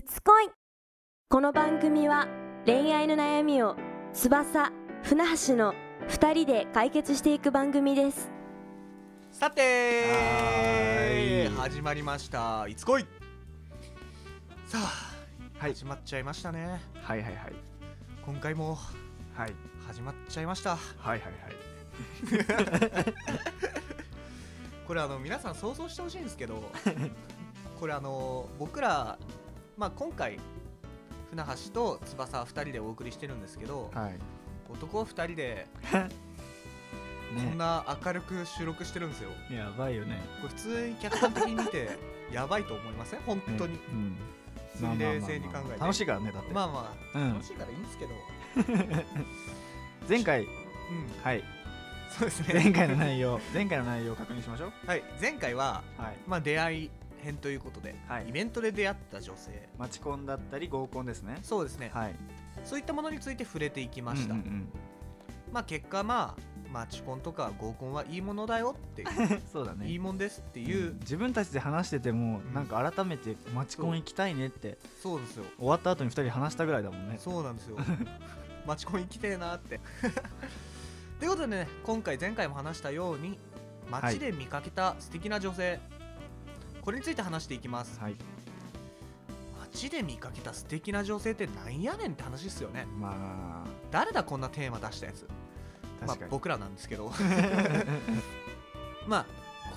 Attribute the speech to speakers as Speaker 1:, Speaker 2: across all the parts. Speaker 1: 恋この番組は恋愛の悩みを翼船橋の2人で解決していく番組です
Speaker 2: さて
Speaker 3: はーい
Speaker 2: 始まりました「いつこい」さあ、
Speaker 3: はい
Speaker 2: 始まっちゃいましたね
Speaker 3: はいはいはい
Speaker 2: 今回も
Speaker 3: はい
Speaker 2: 始まっちゃいました
Speaker 3: はいはいはい
Speaker 2: これあの皆さん想像してほしいんですけ どこれあの僕ら、まあ、今回船橋と翼2人でお送りしてるんですけど、
Speaker 3: はい
Speaker 2: 男2人でこん
Speaker 3: ね
Speaker 2: な明るく収録してるんですよ
Speaker 3: やばいよね
Speaker 2: これ普通に客観的に見 てやばいと思いません本当に、
Speaker 3: ねうん
Speaker 2: 普通に冷静に考えて
Speaker 3: 楽しいからねだって、
Speaker 2: まあまあ、
Speaker 3: うん
Speaker 2: 楽しいからいいんですけど、
Speaker 3: 前回
Speaker 2: うん、
Speaker 3: はい
Speaker 2: そうですね
Speaker 3: 前回の内容前回の内容を確認しましょう
Speaker 2: はい、前回は、
Speaker 3: はい
Speaker 2: まあ、出会い編ということで、
Speaker 3: はい
Speaker 2: イベントで出会った女性
Speaker 3: 待ち込んだったり合コンですね
Speaker 2: そうですね、
Speaker 3: はい
Speaker 2: そういったものについて触れていきました、
Speaker 3: うんうん
Speaker 2: まあ、結果まあマチコンとか合コンはいいものだよっていう、
Speaker 3: うん そうだね
Speaker 2: いいもんですっていう、
Speaker 3: うん自分たちで話してても、
Speaker 2: うん
Speaker 3: なんか改めて待ちコン行きたいねって
Speaker 2: そうですよ
Speaker 3: 終わった後に2人話したぐらいだもんね
Speaker 2: そうなんです よマチコン行きてえなって ということでね今回前回も話したように街で見かけた素敵な女性、これについて話していきます、
Speaker 3: はい
Speaker 2: 街で見かけた素敵な女性ってなんやねんって話ですよね
Speaker 3: ま
Speaker 2: 誰だこんなテーマ出したやつま
Speaker 3: あ
Speaker 2: あ
Speaker 3: 確か、に、
Speaker 2: 僕らなんですけ どまあ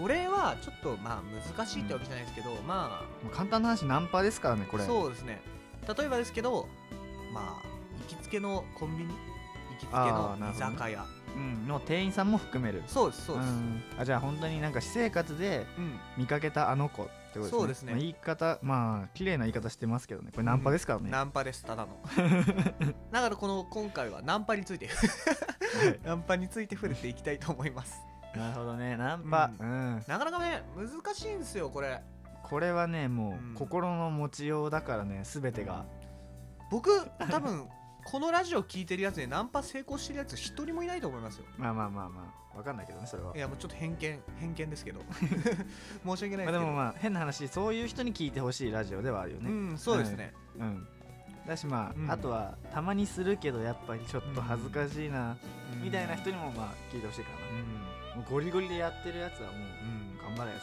Speaker 2: これはちょっとまあ難しいってわけじゃないですけど、ま
Speaker 3: まあ簡単な話ナンパですからねこ
Speaker 2: あ
Speaker 3: れ
Speaker 2: そうですね例えばですけどまあ行きつけのコンビニ行きつけの
Speaker 3: あーなる
Speaker 2: 居
Speaker 3: ほどね
Speaker 2: 酒屋、
Speaker 3: うん、の店員さんも含める
Speaker 2: そうですそうです、
Speaker 3: んあじゃあ本当になんか私生活で
Speaker 2: うん
Speaker 3: 見かけたあの子ってことですね
Speaker 2: そうですね
Speaker 3: まあ、言い方まあ綺麗な言い方してますけどねこれナンパですからね、
Speaker 2: ナンパですただ のだからこの今回はナンパについて
Speaker 3: はい
Speaker 2: ナンパについて触れていきたいと思います
Speaker 3: なるほどねナン
Speaker 2: パ
Speaker 3: うん
Speaker 2: なかなかね難しいんですよこれ
Speaker 3: これはねも
Speaker 2: うん
Speaker 3: う心の持ちようだからね全てが、
Speaker 2: 僕多分このラジオ聞いてるやつでナンパ成功してるやつ一人もいないと思いますよ
Speaker 3: まあまあまあまあわかんないけどねそれはい
Speaker 2: やもうちょっと偏見偏見ですけ ど申し訳ないですけ
Speaker 3: まあ、
Speaker 2: ど、
Speaker 3: でもまあ変な話そういう人に聞いてほしいラジオではあるよ
Speaker 2: う
Speaker 3: ね
Speaker 2: んそうですね、
Speaker 3: うん、だしまあ、
Speaker 2: うん
Speaker 3: あとはたまにするけどやっぱりちょっと恥ずかしいな、
Speaker 2: うん
Speaker 3: みたいな人にもまあ聞いてほしいか
Speaker 2: うん、
Speaker 3: な、もうゴリゴリでやってるやつはも
Speaker 2: う、
Speaker 3: うん頑張れよ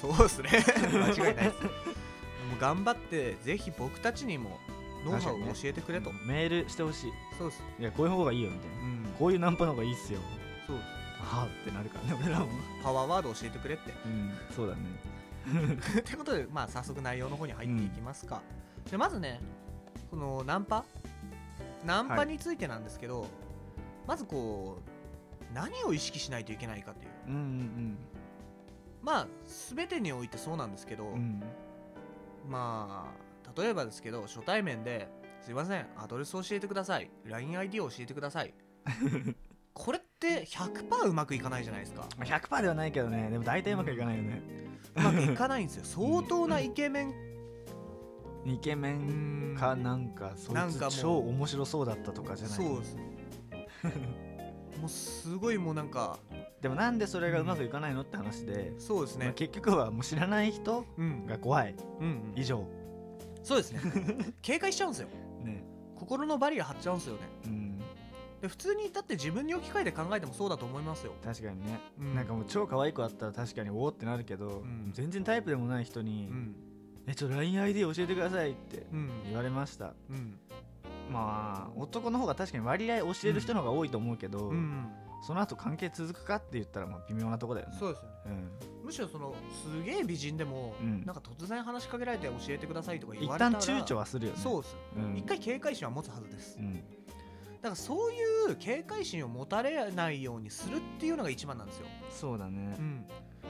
Speaker 3: その
Speaker 2: そうです ね間違いないですもう頑張ってぜひ僕たちにもノウハウを教えてくれと、
Speaker 3: メールしてほしい
Speaker 2: そうです
Speaker 3: いやこういう方がいいよみたいな
Speaker 2: うん
Speaker 3: こういうナンパの方がいいっすよ
Speaker 2: そうで
Speaker 3: はあってなるからね俺らも
Speaker 2: すパワーワード教えてくれって
Speaker 3: うんそうだね
Speaker 2: ということで、まあ、早速内容の方に入っていきますか、でまずねこのナンパナンパについてなんですけど、まずこう何を意識しないといけないかという
Speaker 3: うん
Speaker 2: まあ全てにおいてそうなんですけど、
Speaker 3: うんうん
Speaker 2: まあ例えばですけど初対面で「すいませんアドレス教えてください LINEID を教えてくださ い」これって100%うまくいかないじゃないですか
Speaker 3: まあ100%ではないけどねでも大体うまくいかないよね、
Speaker 2: うまくいかないんですよ相当なイケメン
Speaker 3: イケメンかなんかそい
Speaker 2: なんかもう
Speaker 3: つ超面白そうだったとかじゃない
Speaker 2: そうですもうすごいもうなんか
Speaker 3: でもなんでそれがうまくいかないのって話で、
Speaker 2: そうです
Speaker 3: まあ、
Speaker 2: ね、
Speaker 3: 結局はもう知らない人
Speaker 2: うん
Speaker 3: が怖い
Speaker 2: うんうん
Speaker 3: 以上
Speaker 2: そうですね警戒しちゃうんですよ
Speaker 3: ね
Speaker 2: 心のバリア張っちゃうんですよね
Speaker 3: うん
Speaker 2: で普通にだって自分に置き換えて考えてもそうだと思いますよ、
Speaker 3: 確かにね、
Speaker 2: う
Speaker 3: なんかもう超可愛い子だったら確かにおおってなるけど、
Speaker 2: うん
Speaker 3: 全然タイプでもない人に「
Speaker 2: うん
Speaker 3: えちょっと LINEID 教えてください」って
Speaker 2: うん
Speaker 3: 言われました
Speaker 2: うん
Speaker 3: まあ男の方が確かに割合教える人の方が多いと思うけど、
Speaker 2: うん
Speaker 3: その後関係続くかって言ったらまあ微妙なとこだよね
Speaker 2: そうですよね
Speaker 3: うん、
Speaker 2: むしろそのすげえ美人でも、
Speaker 3: うん
Speaker 2: なんか突然話しかけられて教えてくださいとか言
Speaker 3: 一
Speaker 2: われた
Speaker 3: 旦
Speaker 2: ら
Speaker 3: 躊躇はするよね
Speaker 2: そうです、
Speaker 3: うん
Speaker 2: 一回警戒心は持つはずです、
Speaker 3: う
Speaker 2: だ
Speaker 3: ん、
Speaker 2: からそういう警戒心を持たれないようにするっていうのが一番なんですよ、
Speaker 3: そうだね
Speaker 2: うん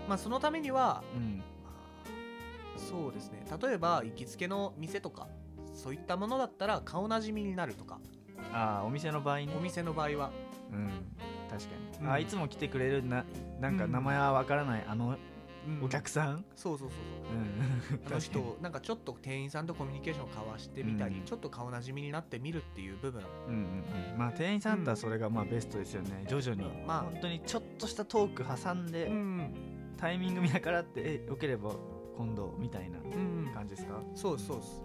Speaker 2: まあ、そのためには、
Speaker 3: うん
Speaker 2: まあそうですね例えば行きつけの店とかそういったものだったら顔なじみになるとか
Speaker 3: ああお店の場合ね
Speaker 2: お店の場合は
Speaker 3: うん確かに、
Speaker 2: うん
Speaker 3: あーいつも来てくれるななんか名前はわからないあの
Speaker 2: うん
Speaker 3: お客さん、
Speaker 2: そうそうそうそううんあの
Speaker 3: 確かに
Speaker 2: 人なんかちょっと店員さんとコミュニケーションを交わしてみたり、
Speaker 3: うん
Speaker 2: ちょっと顔なじみになってみるっていう部分
Speaker 3: うんうんうんまあ店員さんだったらそれがまあベストですよね徐々に、
Speaker 2: まあ
Speaker 3: 本当にちょっとしたトーク挟んで、
Speaker 2: ん
Speaker 3: タイミング見計らってえよければ今度みたいな
Speaker 2: うん
Speaker 3: 感じですか
Speaker 2: そうですそうです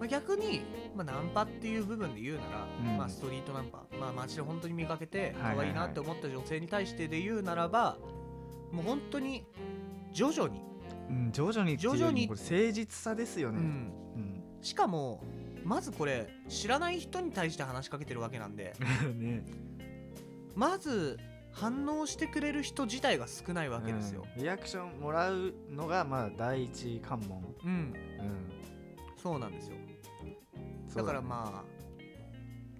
Speaker 2: まあ、逆に、まあ、ナンパっていう部分で言うなら、
Speaker 3: うん
Speaker 2: まあ、ストリートナンパ、まあ、街で本当に見かけて
Speaker 3: はいはいはい
Speaker 2: 可愛いなって思った女性に対してで言うならば、もう本当に徐々に、
Speaker 3: うん、徐々にっていうよりも
Speaker 2: 徐々に
Speaker 3: これ誠実さですよ
Speaker 2: う
Speaker 3: ね、
Speaker 2: ん、
Speaker 3: うん
Speaker 2: しかもまずこれ知らない人に対して話しかけてるわけなん で
Speaker 3: ね
Speaker 2: まず反応してくれる人自体が少ないわけですよ、
Speaker 3: うんリアクションもらうのがまあ第一関門、
Speaker 2: うん、
Speaker 3: うん、
Speaker 2: そうなんですよ
Speaker 3: そ
Speaker 2: だ
Speaker 3: う
Speaker 2: か
Speaker 3: ね
Speaker 2: らまあ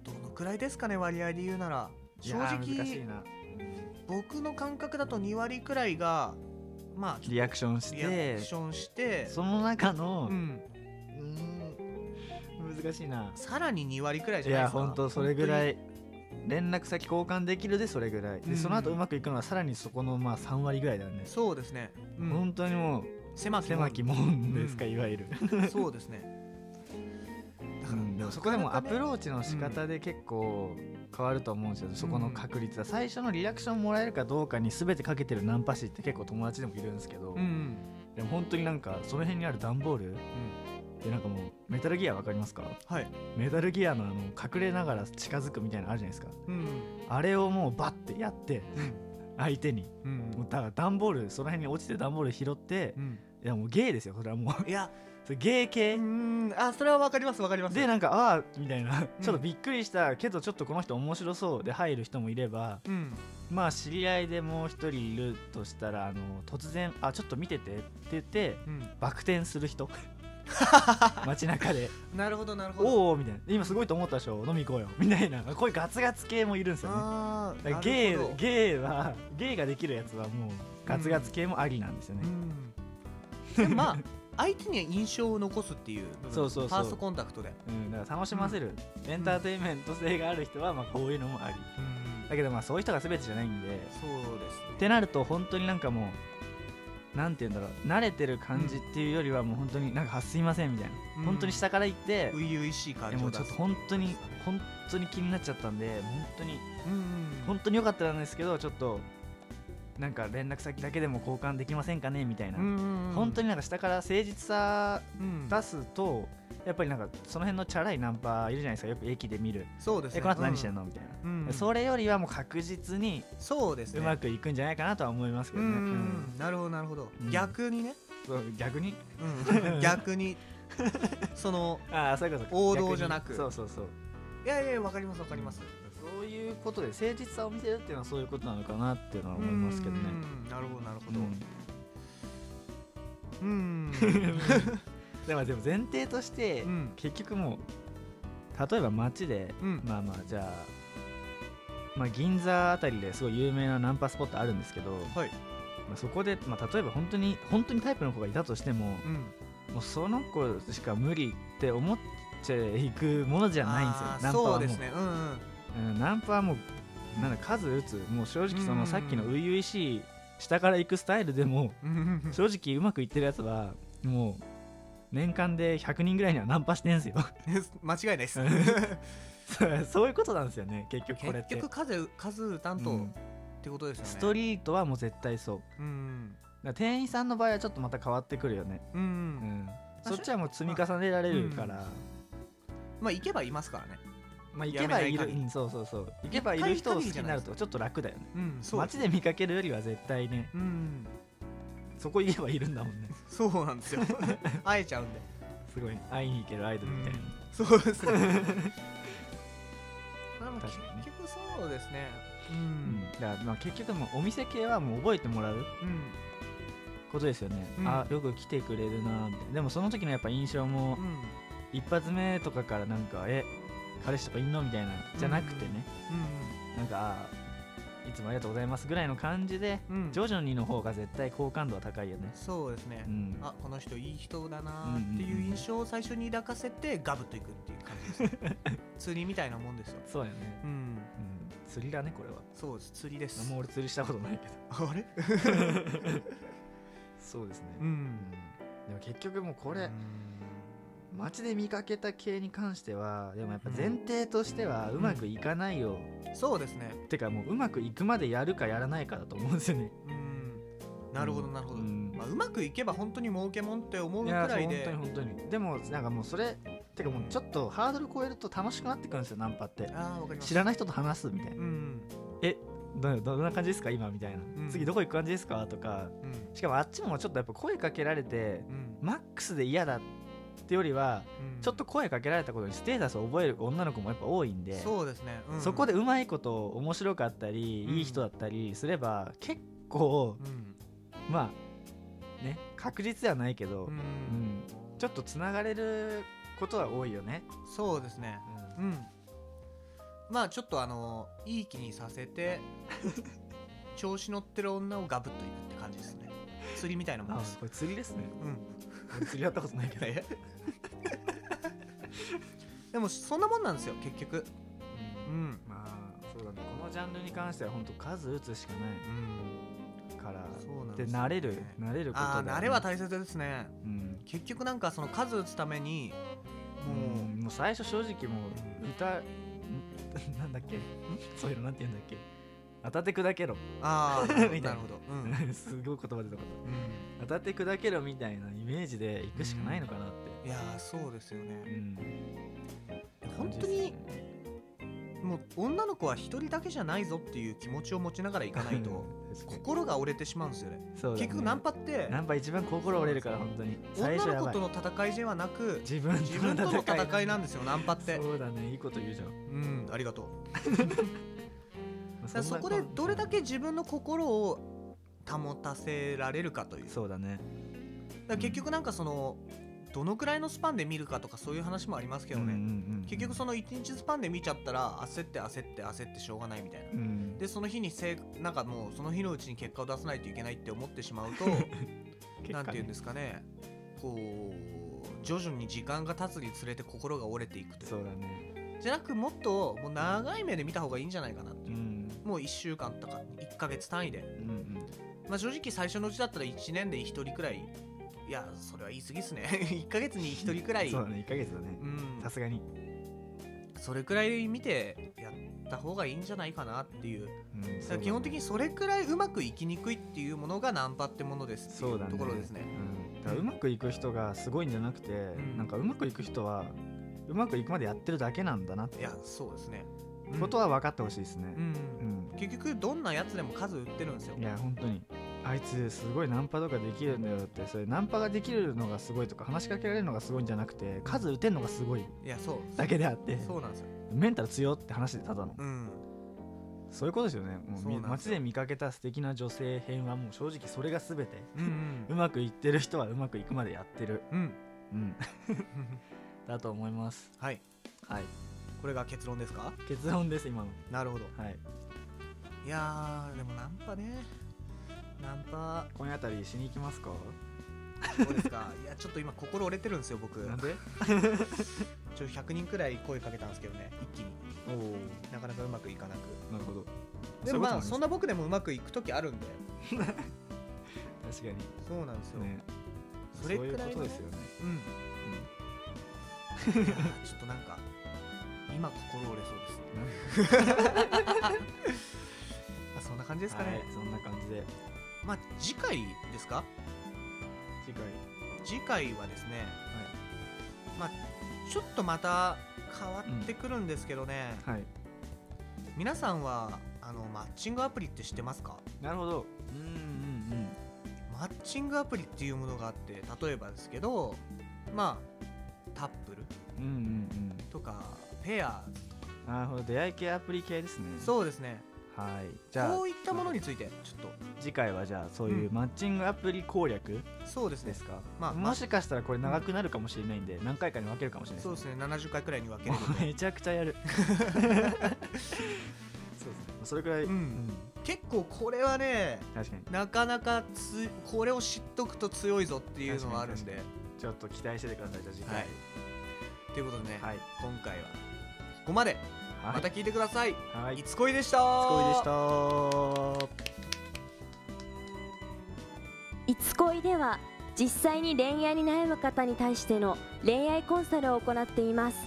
Speaker 2: どのくらいですかね割合で言うなら
Speaker 3: い
Speaker 2: 正
Speaker 3: やー難しい
Speaker 2: 直
Speaker 3: な
Speaker 2: 僕の感覚だと2割くらいがまあちょっと
Speaker 3: リアクションし
Speaker 2: リア
Speaker 3: て
Speaker 2: クションして
Speaker 3: その中の、
Speaker 2: うん、
Speaker 3: うーん難しいな
Speaker 2: さらに2割くらい
Speaker 3: い
Speaker 2: じゃないで
Speaker 3: や
Speaker 2: すか
Speaker 3: ほんとそれぐらい連絡先交換できるでそれぐらいで、
Speaker 2: うん
Speaker 3: その後うまくいくのはさらにそこのまあ3割ぐらいだよ
Speaker 2: 本
Speaker 3: ね
Speaker 2: 当に、そうですね、う
Speaker 3: ほ
Speaker 2: ん、
Speaker 3: んとにもう
Speaker 2: 狭き門
Speaker 3: 狭き門ですか、
Speaker 2: うん
Speaker 3: いわゆる、
Speaker 2: そうですねだ
Speaker 3: う
Speaker 2: から、
Speaker 3: んでもそこでもアプ
Speaker 2: ー
Speaker 3: ローチの仕方で結構変わると思うんですよ、そこの確率は最初のリアクションもらえるかどうかに全てかけてるナンパ師って結構友達でもいるんですけど、
Speaker 2: うんうん
Speaker 3: でも本当になんかその辺にある段ボール
Speaker 2: うん
Speaker 3: でなんかもうメタルギアわかりますか
Speaker 2: はい、
Speaker 3: メタルギアのあの隠れながら近づくみたいなのあるじゃないですか
Speaker 2: うん
Speaker 3: あれをもうバッてやって相手に
Speaker 2: うんうん
Speaker 3: もうだから段ボールその辺に落ちてる段ボール拾って
Speaker 2: うん
Speaker 3: いやもうゲーですよそれはもう
Speaker 2: いや
Speaker 3: それゲー
Speaker 2: う
Speaker 3: 系
Speaker 2: んあそれはわかりますわかります
Speaker 3: でなんかああみたいな
Speaker 2: うん
Speaker 3: ちょっとびっくりしたけどちょっとこの人面白そうで入る人もいれば
Speaker 2: うん
Speaker 3: まあ知り合いでもう一人いるとしたらあの突然あちょっと見ててって言って
Speaker 2: うん
Speaker 3: バク転す る人街中で
Speaker 2: なるほどなるほど
Speaker 3: おおみたいな今すごいと思ったでしょ飲み行こうよみたいなこういうガツガツ系もいるんですよね
Speaker 2: あー
Speaker 3: だか
Speaker 2: な
Speaker 3: ら
Speaker 2: る
Speaker 3: ゲ
Speaker 2: ほ
Speaker 3: ー
Speaker 2: ど
Speaker 3: ゲーはゲーができるやつはもうガツガツ系もありなんですよね、
Speaker 2: うんでもまあ相手には印象を残すっていう部分
Speaker 3: そうそうそう
Speaker 2: ファーストコンタクトで
Speaker 3: うんだから楽しませる、エンターテインメント性がある人はまあこういうのもありだけどまあそういう人が全てじゃないんでっ
Speaker 2: そうですね
Speaker 3: てなると本当になんかもうなんて言うんだろう慣れてる感じっていうよりはもう本当になんかあすいませんみたいな、
Speaker 2: うん
Speaker 3: 本当に下から行って、
Speaker 2: 初々しい感
Speaker 3: で
Speaker 2: じ
Speaker 3: も
Speaker 2: を
Speaker 3: う
Speaker 2: 出
Speaker 3: ちょっ
Speaker 2: す
Speaker 3: と本当に本当に気になっちゃったんで本当に
Speaker 2: うんうん
Speaker 3: 本当に良かったらなんですけどちょっとなんか連絡先だけでも交換できませんかねみたいな、
Speaker 2: うん
Speaker 3: 本当
Speaker 2: に
Speaker 3: になんか下から誠実さ出
Speaker 2: す
Speaker 3: すと、やっぱりなんかその辺のチャラいナンパいるじゃないですかよく駅で見る
Speaker 2: そうです
Speaker 3: え
Speaker 2: ね
Speaker 3: この後何してんのみたいな、
Speaker 2: うんうん
Speaker 3: それよりはもう確実に
Speaker 2: そうですね
Speaker 3: うまくいくんじゃないかなとは思いますけ
Speaker 2: う
Speaker 3: ど
Speaker 2: ん
Speaker 3: ね、
Speaker 2: うんうんなるほどなるほど
Speaker 3: うん
Speaker 2: 逆にね
Speaker 3: うんそう逆に
Speaker 2: うん逆 にその
Speaker 3: ああそういうことか
Speaker 2: 王道じゃなく
Speaker 3: 逆にそうそうそう
Speaker 2: いやいやわかりますわかります
Speaker 3: そういうことで誠実さを見せるっていうのはそういうことなのかなっていうのは思いますけどね
Speaker 2: うんうんなるほどなるほ
Speaker 3: う
Speaker 2: ど
Speaker 3: ん
Speaker 2: うん
Speaker 3: でもでも前提として、
Speaker 2: うん
Speaker 3: 結局もう例えば街で、
Speaker 2: うん
Speaker 3: まあまあじゃあ、まあ、銀座あたりですごい有名なナンパスポットあるんですけど、
Speaker 2: はい
Speaker 3: まあ、そこで、まあ、例えば本当に本当にタイプの子がいたとしても
Speaker 2: うん
Speaker 3: もうその子しか無理って思っていくものじゃないんですよ
Speaker 2: あー
Speaker 3: ナンパ
Speaker 2: そう
Speaker 3: はも
Speaker 2: うですねうんうん
Speaker 3: うんナンパはもうなんだ数打つもう正直そ
Speaker 2: うんうんう
Speaker 3: の
Speaker 2: ん
Speaker 3: さっきの初々しい下から行くスタイル でも
Speaker 2: うんうんうん
Speaker 3: 正直うまくいってるやつはもう年間で100人ぐらいにはナンパしてんすよ
Speaker 2: 間違いないです
Speaker 3: うんそうそういうことなんですよね結局 これっ
Speaker 2: 結
Speaker 3: て
Speaker 2: 局数数担当、
Speaker 3: うん
Speaker 2: ってことですよね
Speaker 3: スト
Speaker 2: リ
Speaker 3: リートはもう絶対そうだか
Speaker 2: うん
Speaker 3: ら店員さんの場合はちょっとまた変わってくるよね、
Speaker 2: うん、う、
Speaker 3: うんん、そっちはもう積み重ねられるから、
Speaker 2: まあ行けばいますからね
Speaker 3: まあ行けばい
Speaker 2: やめない
Speaker 3: る
Speaker 2: 限り
Speaker 3: うんそうそうそう行けばいる人を好きになるとちょっと楽だよね
Speaker 2: うんそう
Speaker 3: 街で見かけるよりは絶対ね
Speaker 2: うん
Speaker 3: そこ行けばいるんだもんね
Speaker 2: そうなん ですよ会えちゃうんです
Speaker 3: ごい会いに行けるアイドルみたいな、
Speaker 2: そうですね まあでも
Speaker 3: 確かにね
Speaker 2: 結局そうですねう
Speaker 3: うん
Speaker 2: ん、
Speaker 3: だからまあ結局もうお店系はもう覚えてもらう
Speaker 2: うん
Speaker 3: ことですよね、
Speaker 2: うん
Speaker 3: あよく来てくれるなみたいなでもその時のやっぱ印象も
Speaker 2: うんうん
Speaker 3: 一発目とかからなんかえ彼氏とかいんのみたいなじゃなくてね、なんかあいつもありがとうございますぐらいの感じで
Speaker 2: うんうん
Speaker 3: 徐々にの方が絶対好感度は高いよね
Speaker 2: そうですね
Speaker 3: う、ん
Speaker 2: あこの人いい人だなーっていう印象を最初に抱かせてガブッといくっていう感じですね 釣りみたいなもんですよ
Speaker 3: そうやね、
Speaker 2: うん
Speaker 3: うん、釣りだねこれは
Speaker 2: そうです釣りです
Speaker 3: もう俺釣りしたことないけど
Speaker 2: あ れ
Speaker 3: そうですね
Speaker 2: う
Speaker 3: うんんでも結局もうこれ、
Speaker 2: うん
Speaker 3: 街で見かけた系に関してはでもやっぱ
Speaker 2: うん
Speaker 3: 前提としてはうまくいかないよ、
Speaker 2: そうですね
Speaker 3: てかもううまくいくまでやるかやらないかだと思うんですよね
Speaker 2: うんなるほどなるほど、
Speaker 3: うん
Speaker 2: まあ、うまくいけば本当に儲けもんって思う
Speaker 3: い
Speaker 2: く
Speaker 3: や
Speaker 2: らい
Speaker 3: 本
Speaker 2: で
Speaker 3: 当に本当にでもなんかもうそれてかもうちょっとハードル超えると楽しくなってくるんですよナンパって
Speaker 2: ああわかります
Speaker 3: 知らない人と話すみたいな
Speaker 2: うん
Speaker 3: どどんな感じですか今みたいな、
Speaker 2: うん
Speaker 3: 次どこ行く感じですかとか
Speaker 2: うん
Speaker 3: しかもあっちもちょっとやっぱ声かけられて
Speaker 2: うん
Speaker 3: マックスで嫌だってよりは
Speaker 2: うん
Speaker 3: ちょっと声かけられたことにステータスを覚える女の子もやっぱ多いんで
Speaker 2: そうですね、うん
Speaker 3: そこでうまいこと面白かったり、
Speaker 2: うん
Speaker 3: いい人だったりすれば結構
Speaker 2: うん
Speaker 3: まあね確実ではないけど、
Speaker 2: う
Speaker 3: うん
Speaker 2: ん
Speaker 3: ちょっとつながれることは多いよね、
Speaker 2: そうですねうんまあちょっとあのいい気にさせ て調子乗ってる女をガブッといくって感じですね釣りみたいなもん
Speaker 3: あ
Speaker 2: です
Speaker 3: これ釣りですね
Speaker 2: うん
Speaker 3: 俺釣りやったことな いけど、
Speaker 2: えでもそんなもんなんですよ結局
Speaker 3: う
Speaker 2: うんん
Speaker 3: まあそうだねこのジャンルに関しては本当数打つしかな
Speaker 2: うん
Speaker 3: いから
Speaker 2: そうなん
Speaker 3: で
Speaker 2: ですよね
Speaker 3: 慣れる慣れることだ
Speaker 2: あ
Speaker 3: よ
Speaker 2: あ
Speaker 3: ね
Speaker 2: 慣れは大切ですね
Speaker 3: うん
Speaker 2: 結局なんかその数打つためにもう
Speaker 3: もう最初正直もう歌ん なんだっけそういうのなんて言うんだっけ当たって砕けろ
Speaker 2: ああなるほ
Speaker 3: み
Speaker 2: どな
Speaker 3: たいな
Speaker 2: るほどうん
Speaker 3: すごい言葉出たこと
Speaker 2: うん
Speaker 3: 当たって砕けろみたいなイメージで行くしかないのかなって、
Speaker 2: いやーそうですよ
Speaker 3: う
Speaker 2: ね
Speaker 3: ん
Speaker 2: 本当にもう女の子は一人だけじゃないぞっていう気持ちを持ちながらいかないと心が折れてしまうんですよね
Speaker 3: そうだね
Speaker 2: 結局ナンパって
Speaker 3: ナンパ一番心折れるから本当に最
Speaker 2: 女
Speaker 3: 初
Speaker 2: の
Speaker 3: や
Speaker 2: 子
Speaker 3: ばい
Speaker 2: との戦いではなく
Speaker 3: 自分
Speaker 2: 自分との戦いなんんですよナンパって
Speaker 3: そうだねいいこと言うじゃん
Speaker 2: うんありがとう
Speaker 3: まあ
Speaker 2: だからそ
Speaker 3: んな
Speaker 2: こでどれだけ自分の心を保たせられるかという
Speaker 3: そうだね
Speaker 2: だから結局なんかそのどのくらいのスパンで見るかとかそういう話もありますけどね、結局そ
Speaker 3: の
Speaker 2: の1日スパンで見ちゃったら焦って焦って焦ってしょうがないみたいな
Speaker 3: うん
Speaker 2: でその日にせいなんかもうその日のうちに結果を出さないといけないって思ってしまうと
Speaker 3: 結
Speaker 2: な
Speaker 3: 果
Speaker 2: んて言うんですかねこう徐々に時間が経つにつれて心が折れていくという
Speaker 3: そうだね
Speaker 2: じゃなくもっともう長い目で見た方がいいんじゃないかなって
Speaker 3: う
Speaker 2: いうんもう1週間とか1ヶ月単位で、
Speaker 3: うんうん
Speaker 2: まあ、正直最初のうちだったら1年で1人くらいいやそれは言い過ぎっすね1 ヶ月に1人くらい
Speaker 3: そうだね一ヶ月だね
Speaker 2: うん
Speaker 3: さすがに
Speaker 2: それくらい見てやった方がいいんじゃないかなっていう
Speaker 3: うん
Speaker 2: だ
Speaker 3: そう
Speaker 2: か
Speaker 3: だ
Speaker 2: ら
Speaker 3: ね
Speaker 2: 基本的にそれくらいうまくいきにくいっていうものがナンパってものですってい
Speaker 3: そう
Speaker 2: う
Speaker 3: だね
Speaker 2: ところですね
Speaker 3: うんだからうまくいく人がすごいんじゃなくて
Speaker 2: ん
Speaker 3: なんかうまくいく人はうまくいくまでやってるだけなんだなっ
Speaker 2: い
Speaker 3: て
Speaker 2: やそうですね
Speaker 3: こと
Speaker 2: は、
Speaker 3: は分かってほしいですね
Speaker 2: うん
Speaker 3: うん
Speaker 2: 結局どんなやつでも数売ってるんですよ
Speaker 3: いや本当にあいつすごいナンパとかできるんだよってそれナンパができるのがすごいとか話しかけられるのがすごいんじゃなくて数打てんのがすごい
Speaker 2: いやそう
Speaker 3: だけであって
Speaker 2: そうなんですよ
Speaker 3: メンタル強って話でただの
Speaker 2: うん
Speaker 3: そういうことですよねもう
Speaker 2: そうなんですよ
Speaker 3: 街で見かけた素敵な女性編はもう正直それが全て
Speaker 2: うん
Speaker 3: うまくいってる人はうまくいくまでやってる
Speaker 2: うん、うん、
Speaker 3: うん だと思います
Speaker 2: はい
Speaker 3: はい
Speaker 2: これが結論ですか
Speaker 3: 結論です今の
Speaker 2: なるほど
Speaker 3: はい
Speaker 2: いやーでもナンパねナンパ
Speaker 3: 今夜あたりしに行きますか
Speaker 2: どうです かいやちょっと今心折れてるんですよ僕
Speaker 3: なんで
Speaker 2: ちょ100人くらい声かけたんですけどね一気に
Speaker 3: おお
Speaker 2: なかなかうまくいかなく
Speaker 3: なるほど
Speaker 2: でもまあ
Speaker 3: そ
Speaker 2: そ
Speaker 3: うんいうこ
Speaker 2: な僕でもうまくいく時あるんで
Speaker 3: ともあります確か
Speaker 2: そうなんですよ、
Speaker 3: にね
Speaker 2: それくらいのね
Speaker 3: そういうことですよね
Speaker 2: うん、いやーちょっとなんか今心折れそうです
Speaker 3: なんで
Speaker 2: まあそんな感じですかね、
Speaker 3: はい、そんな感じで
Speaker 2: まあ次回ですか
Speaker 3: 次回
Speaker 2: 次回はですね、まあちょっとまた変わってくるんですけどね、
Speaker 3: はい
Speaker 2: 皆さんはあのマッチングアプリって知ってますか
Speaker 3: なるほどうんうん
Speaker 2: マッチングアプリっていうものがあって例えばですけどまあタップル
Speaker 3: うんうんうん
Speaker 2: とかペアーズ
Speaker 3: うんなるほど出会い系アプリ系ですね
Speaker 2: そうですね
Speaker 3: うはいじゃあ
Speaker 2: こういったものについてちょっ
Speaker 3: 次回はじゃあそういううんマッチングアプリ攻略
Speaker 2: とそうですね
Speaker 3: ですか、
Speaker 2: まあ
Speaker 3: もしかしたらこれ長くなるかもしれないんで、何回かに分けるかもしれない
Speaker 2: そう
Speaker 3: で
Speaker 2: ですね70回くらいに分け
Speaker 3: す
Speaker 2: る
Speaker 3: もうめちゃくちゃや るそうですねそれくらい、
Speaker 2: うん結構これはね
Speaker 3: 確かに
Speaker 2: なかなかつこれを知っとくと強いぞっていうのはあるんで
Speaker 3: ちょっと期待しててくださいじゃあ次回
Speaker 2: はいということでね、
Speaker 3: はい、
Speaker 2: 今回はここまで、
Speaker 3: はい、
Speaker 2: また聞いてください、、
Speaker 3: はいいつ
Speaker 2: つこいでした
Speaker 3: こいでした
Speaker 1: いつ恋では実際に恋愛に悩む方に対しての恋愛コンサルを行っています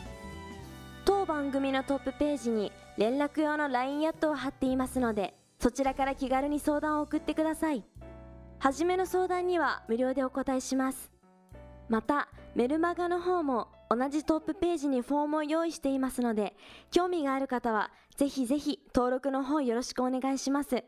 Speaker 1: 当番組のトップページに連絡用の LINE アットを貼っていますのでそちらから気軽に相談を送ってください初めの相談には無料でお答えしますまたメルマガの方も同じトップページにフォームを用意していますので興味がある方はぜひぜひ登録の方よろしくお願いします